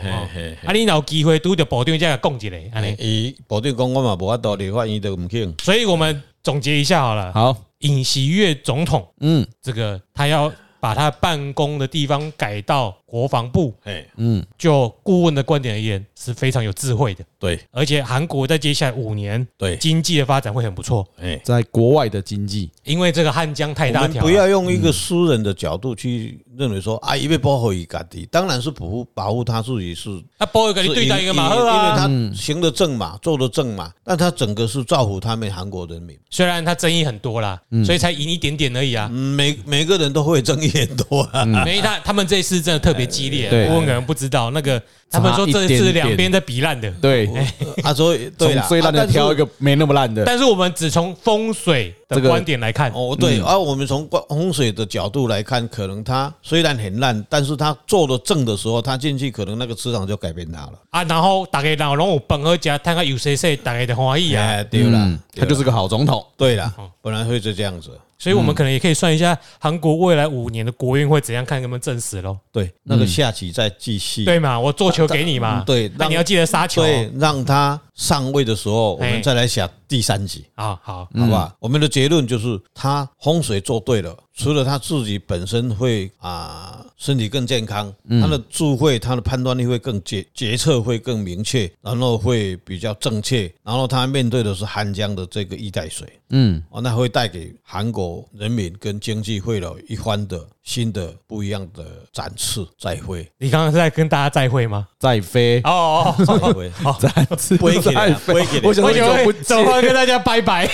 啊，你若有机会拄着部长，再甲讲一个安尼。
伊保定讲我嘛无法度，立法院都唔肯。
所以我们总结一下好了，
好，
尹锡悦总统
嗯
这个他要把他办公的地方改到国防部，
嘿，
嗯，
就顾问的观点而言是非常有智慧的。
对
而且韩国在接下来五年
对，
经济的发展会很不错，
哎。
在国外的经济，
因为这个汉江太大
我们
条啊嗯
不
了，
要用一个私人的角度去认为说啊，因为保护伊家己，当然是保护保护他自己是。
啊，包一个
是
你对待一个马
因
赫啊，
因为他行得正嘛，做得正嘛，但他整个是造福他们韩国人民，
虽然他争议很多啦，
嗯
所以才赢一点点而已啊。
每每个人都会争议很多啊。
没他他们这一次真的特别激烈，
对
我可能不知道那个，他们说这一次两边在比烂的，
对，
啊，所以对
从
啦，
最烂
啊
的挑一。个没那么烂的，嗯
但是我们只从风水的
这个
观点来看
但是，哦，对，
嗯
啊，我们从光洪水的角度来看，可能他虽然很烂，但是他做得正的时候，他进去可能那个磁场就改变他了。
啊，然后大家然后有本和家看看有谁谁大家的欢喜啊，
哎，对了
嗯，他就是个好总统，
对了，本来会是这样子。
所以我们可能也可以算一下韩国未来五年的国运会怎样，看能不能证实喽，
对，那
嗯
个下棋再继续。
对嘛？我做球给你嘛
嗯，对
那你要记得杀球
对，让他上位的时候，我
哎
们再来想第三集，
啊，好，
好不好？我们的结论就是，他风水做对了，除了他自己本身会啊、身体更健康，他的智慧、他的判断力会更决决策会更明确，然后会比较正确，然后他面对的是汉江的这个一带水，
嗯，
哦，那会带给韩国人民跟经济会有一番的新的不一样的展翅，再会，
你刚刚是在跟大家再会吗？
再飞，
哦，
再会，
再次
不会给的
再飞
不会给，的
我想
我
说
以
你怎么不
为怎么
接？
会跟大家拜拜？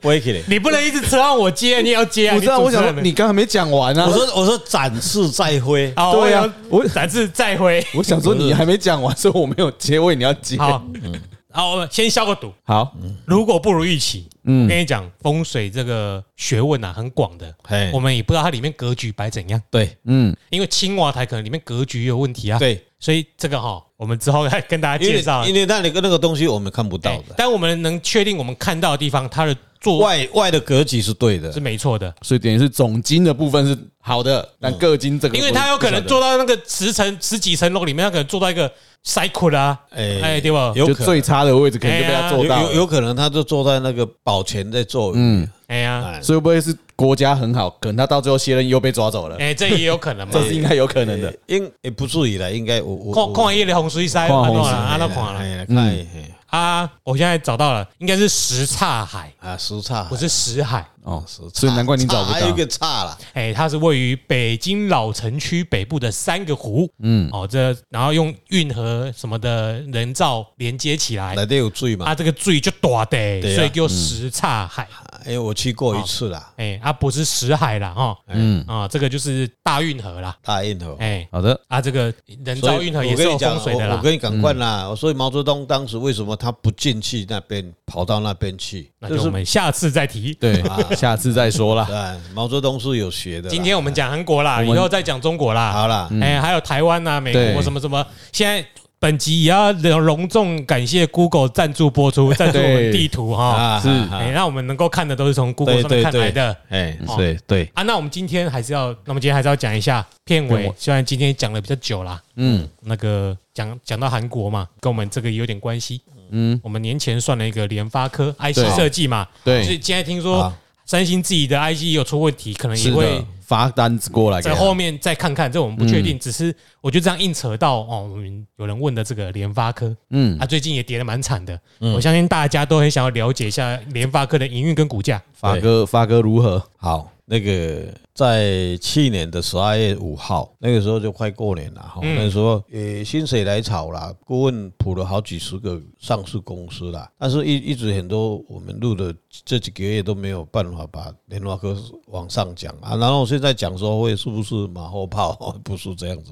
不会起来。
你不能一直指望我接，你也要接啊！
不知道，
你
我
主持
想
人
说你刚才没讲完啊
我。说我说展翅再会，
哦，
对啊
我想展翅再会。
我想说你还没讲完，所以我没有结尾，你要接。
好，好，我们先消个毒。
好，
如果不如预期，
嗯
嗯，跟你讲，风水这个学问啊，很广的，
嘿
我们也不知道它里面格局摆怎样，
对
嗯，
因为青瓦台可能里面格局也有问题啊。，
对，
所以这个哈，我们之后再跟大家
因
介
为
绍啊。
因为那里个那个东西我们看不到
对
的，
但我们能确定我们看到的地方，它的做
外外的格局是对的
是，没错的，
所以等于是总金的部分是好的，
嗯
但各金这个不，
因为它有可能做到那个十层、十几层楼里面，它可能做到一个 cycle 啊，
哎
哎，对吧？
有
就
可能
最差的位置，可能就被他做
有
到
有
了。
有可能他就坐在那个保全在做，嗯，
哎呀，
哎
所以会不会是国家很好，可能他到最后卸任又被抓走了？
哎，这也有可能嘛
这。是 应该有可能的。
应也不至于了，应该我我
看
我
看夜的洪水塞，
看
看
洪
到
水
了，啊，那
哎
看了
哎看哎
啊！我现在找到了，应该是什刹海，
啊时差
不是什海。
哦，
时差，
所以难怪你找不
差还有一
到。
个差啦，
哎，它是位于北京老城区北部的三个湖，嗯，哦，这然后用运河什么的人造连接起来，
来得有罪嘛
啊，，这个水就大的，
对啊
所以叫什刹海。
哎我去过一次啦，
哎、啊不是死海啦，哈，嗯啊，这个就是大运河啦，
大运河。
哎、
好的，
啊，这个人
所以
造运河也是
我跟
有
你讲
风水的
我
啦嗯
我，跟你讲惯啦，所以毛泽东当时为什么他不进去那边，跑到那边去？
那
就
就是我们下次再提。
对，下次再说啦。
对，毛泽东是有学的啦。
今天我们讲韩国啦，
我
以
们
后再讲中国啦，
啊好啦，
哎、还有台湾呐、美国
对
什么什么，现在。本集也要隆重感谢 Google 赞助播出，赞助我们地图哈。
啊
是
哎，那我们能够看的都是从 Google 上面看来的，
哎
哦
对对，
啊。那我们今天还是要，那么今天还是要讲一下片
片
尾
尾。
虽然今天讲的比较久啦，
嗯
那个讲讲到韩国嘛，跟我们这个也有点关系。
嗯，
我们年前算了一个联发科 IC
对
设计嘛，所
对啊
以，现在听说
好
三星自己的 IC 也有出问题，可能也
是
会
的，发单子过来给
在
他。
后面再看看，这我们不确
嗯
定。只是我就这样硬扯到哦，我们有人问的这个联发科，啊
嗯
它最近也跌得蛮惨的。我相信大家都很想要了解一下联发科的营运跟股价。
发哥，发哥如何？
好，那个在去年的十二月五号，那个时候就快过年了哈，
嗯
那时候呃薪水来潮啦，顾问普了好几十个上市公司啦，但是一一直很多我们录的这几个月都没有办法把联发科往上讲啊，然后现在讲说会是不是马后炮， 不是这样子，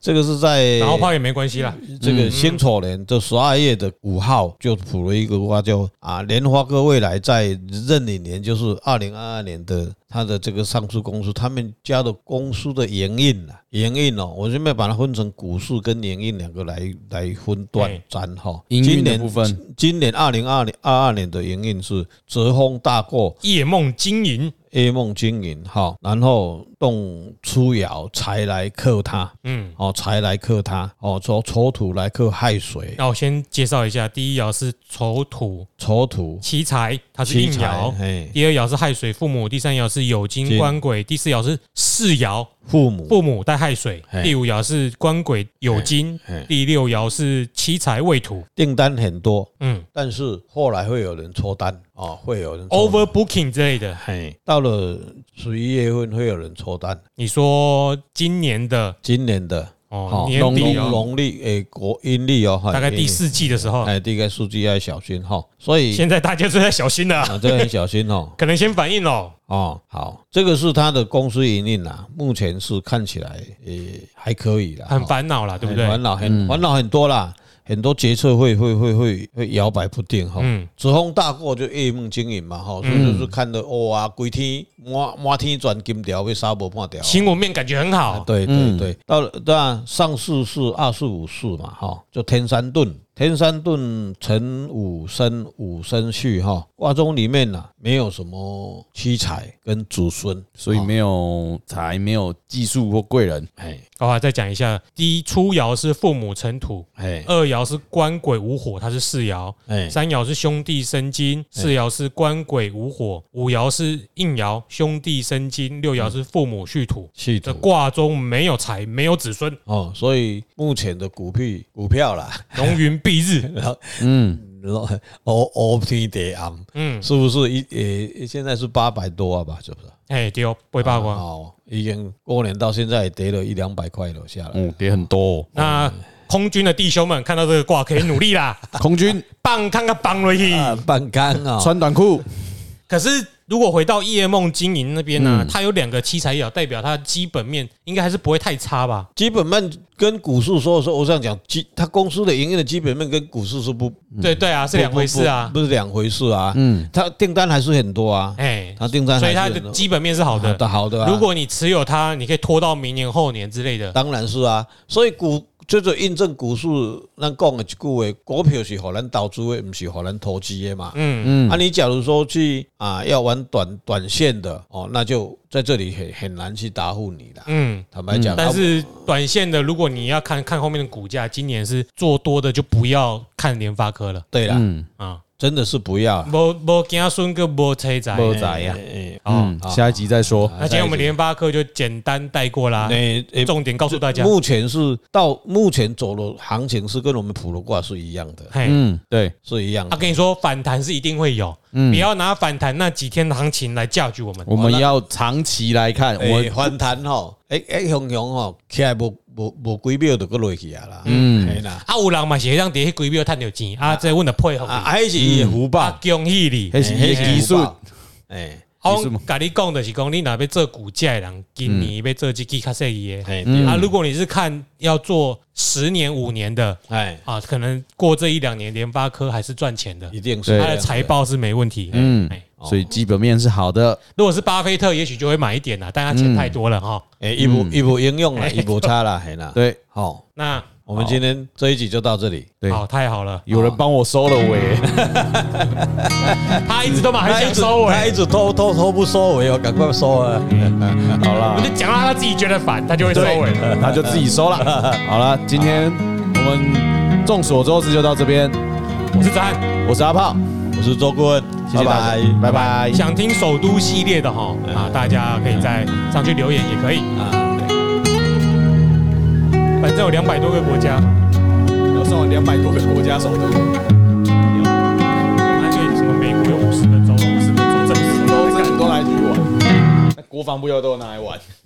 这个是在
然后泡也没关系啦，
这个辛丑年这十二月的五号就谱了一个花叫啊，莲花哥未来在壬寅年，就是二零二二年的他的这个上市公司，他们家的公司的营运啊，营运哦，我现在把它分成股市跟营运两个来来分段
哎
占哈。
营
今
运的
年
部分，
今年二零二零二二年的营运是泽丰大过
夜梦经营，
A 梦经营哈，然后动出窑才来克它
嗯。
哦，才来克它哦，从丑土来克亥水。
那我先介绍一下，第一爻是丑土
丑土
奇财，它是应爻；
哎，
第二爻是亥水父母，第三爻是酉金
金
官鬼，第四爻是巳爻
父母，
父母带亥水，
嘿
第五爻是官鬼酉金
嘿，
第六爻是七财未土。
订单很多，
嗯
但是后来会有人抽单哦，会有人抽单
，overbooking 之类的。
嘿，到了十一月份会有人抽单，
你说今年的
今年的
哦
好
年
农
底
农
哦，
农历诶国阴历哦，
大概第
阴
四哦季的时候
历，哎，大概数据要小心哈，所以
现在大家都在小心了，
啊，这个很小心哦。
可能先反应喽。
哦，好，这个是他的公司营运啦，目前是看起来诶还可以啦，
很
哦
烦恼啦，对不对
很？烦恼很烦恼很多啦，很多决策会会会会会摇摆不定哈。
嗯
子风大过就夜梦经营嘛哈，所以就是看到哦啊，规天满满天转金条，被杀无半条。
新闻面感觉很
啊
好，
对对对，到了当然上市是二十五市嘛哈，就天山盾，天山遁陈武生武生序哈，卦中里面呢、啊没有什么七彩跟祖孙，
所以
哦
没有才，没有技术或贵人，
哎
好吧，再讲一下，第一初爻是父母成土，
哎
二爻是官鬼无火，它是四爻；
哎
三爻是兄弟生金，四爻是官鬼无火，五爻是应爻兄弟生金，六爻是父母续土。
系
这
统
卦中没有财，没有子孙，
哦，所以目前的股票股票啦，
龙云蔽日。
嗯，
哦哦天得暗，
嗯，
是不是一呃现在是八百多啊吧，是不是？
哎，对哦，不会八卦。
哦，已经过年到现在也跌了一两百块了下来。
哦，跌很多、哦。
那空军的弟兄们看到这个卦，可以努力啦，
哦
空 军
棒看看棒了去。
啊，半干啊、
穿短裤，
可是如果回到夜梦经营那边呢
嗯，
它有两个七彩爻，代表它基本面应该还是不会太差吧？
基本面跟股市说说，我这样讲，基他公司的营业的基本面跟股市是不
对对啊，是两回事啊
嗯不。不不是两回事啊。
嗯，
他订单还是很多啊，
哎，
他订单
所
还
以
是
它
很
的
多啊
基本面是好的。
好的啊。
如果你持有它，你可以拖到明年、后年之类的。
当然是啊，所以股就是印证股市咱讲的一句话，股票是互咱投资的，不是互咱投机的嘛。
嗯，
嗯
啊，，你假如说去啊要玩短短线的哦，那就在这里很很难去答复你啦。
嗯，
坦白讲，
但
啊
是短线的，如果你要看看后面的股价，今年是做多的，就不要看联发科了
对啦，
嗯，
啊。
真的是不要啊。
无无惊孙个无车仔，
无仔呀
哎，哎
哦
嗯，下一集再说。
那今天我们联发科就简单带过啦，
哎哎
重点告诉大家。
目前是到目前走的行情是跟我们普罗卦是一样的，
嘿，
嗯，对，
是一样
他
的。
跟你说反弹是一定会有，
嗯
不，要拿反弹那几天的行情来教育我们。
我们哎要长期来看，我
我
们
反弹吼，哎哎，熊熊吼，起来无无无几秒就搁落去啊啦，
嗯
嘿啦，
啊，有人嘛是会让底下股票赚到钱，啊，这阮就配合你，
啊，还是伊的福
啊
报，，
恭喜你。
黑嗯是
嘿
黑技术，，
哎
啊，
技术
我
嘛
甲你讲的是讲，你若要做股价的人，今年要做这期较适宜的。
哎
嗯
啊，如果你是看要做十年、五年的
哎，
啊，可能过这一两年，联发科还是赚钱的，
一定是
对
它的财报是没问题。嗯
嗯，
哎
所以基本面是好的。
如果是巴菲特，也许就会买一点啦，但他钱太多了哈。
哎，一无一无应用啦，
哎
一无差啦，嘿啦，，
对
好，
那
我们今天这一集就到这里，
对，
好，太好了，
有人帮我收了尾，
他一直都蛮很
他一
想
直
收
他
尾，
一直偷偷偷不收尾哦，赶快收啊，
好
我
啦
就，讲到他自己觉得烦，他就会收尾了。
他就自己 收了。好了，今天我们众所周知就到这边，
我是詹，
我是阿炮，
我是周顾问，
谢
拜
谢大
拜
家，拜拜。
想听首都系列的哈啊，大家可以在上去留言也可以，
啊。对
反正有两百多个国家，
要送两百多个国家首都，
那就什么美国有五十个州，五十个州政府
都政府都来去玩，那国防部又都拿来玩。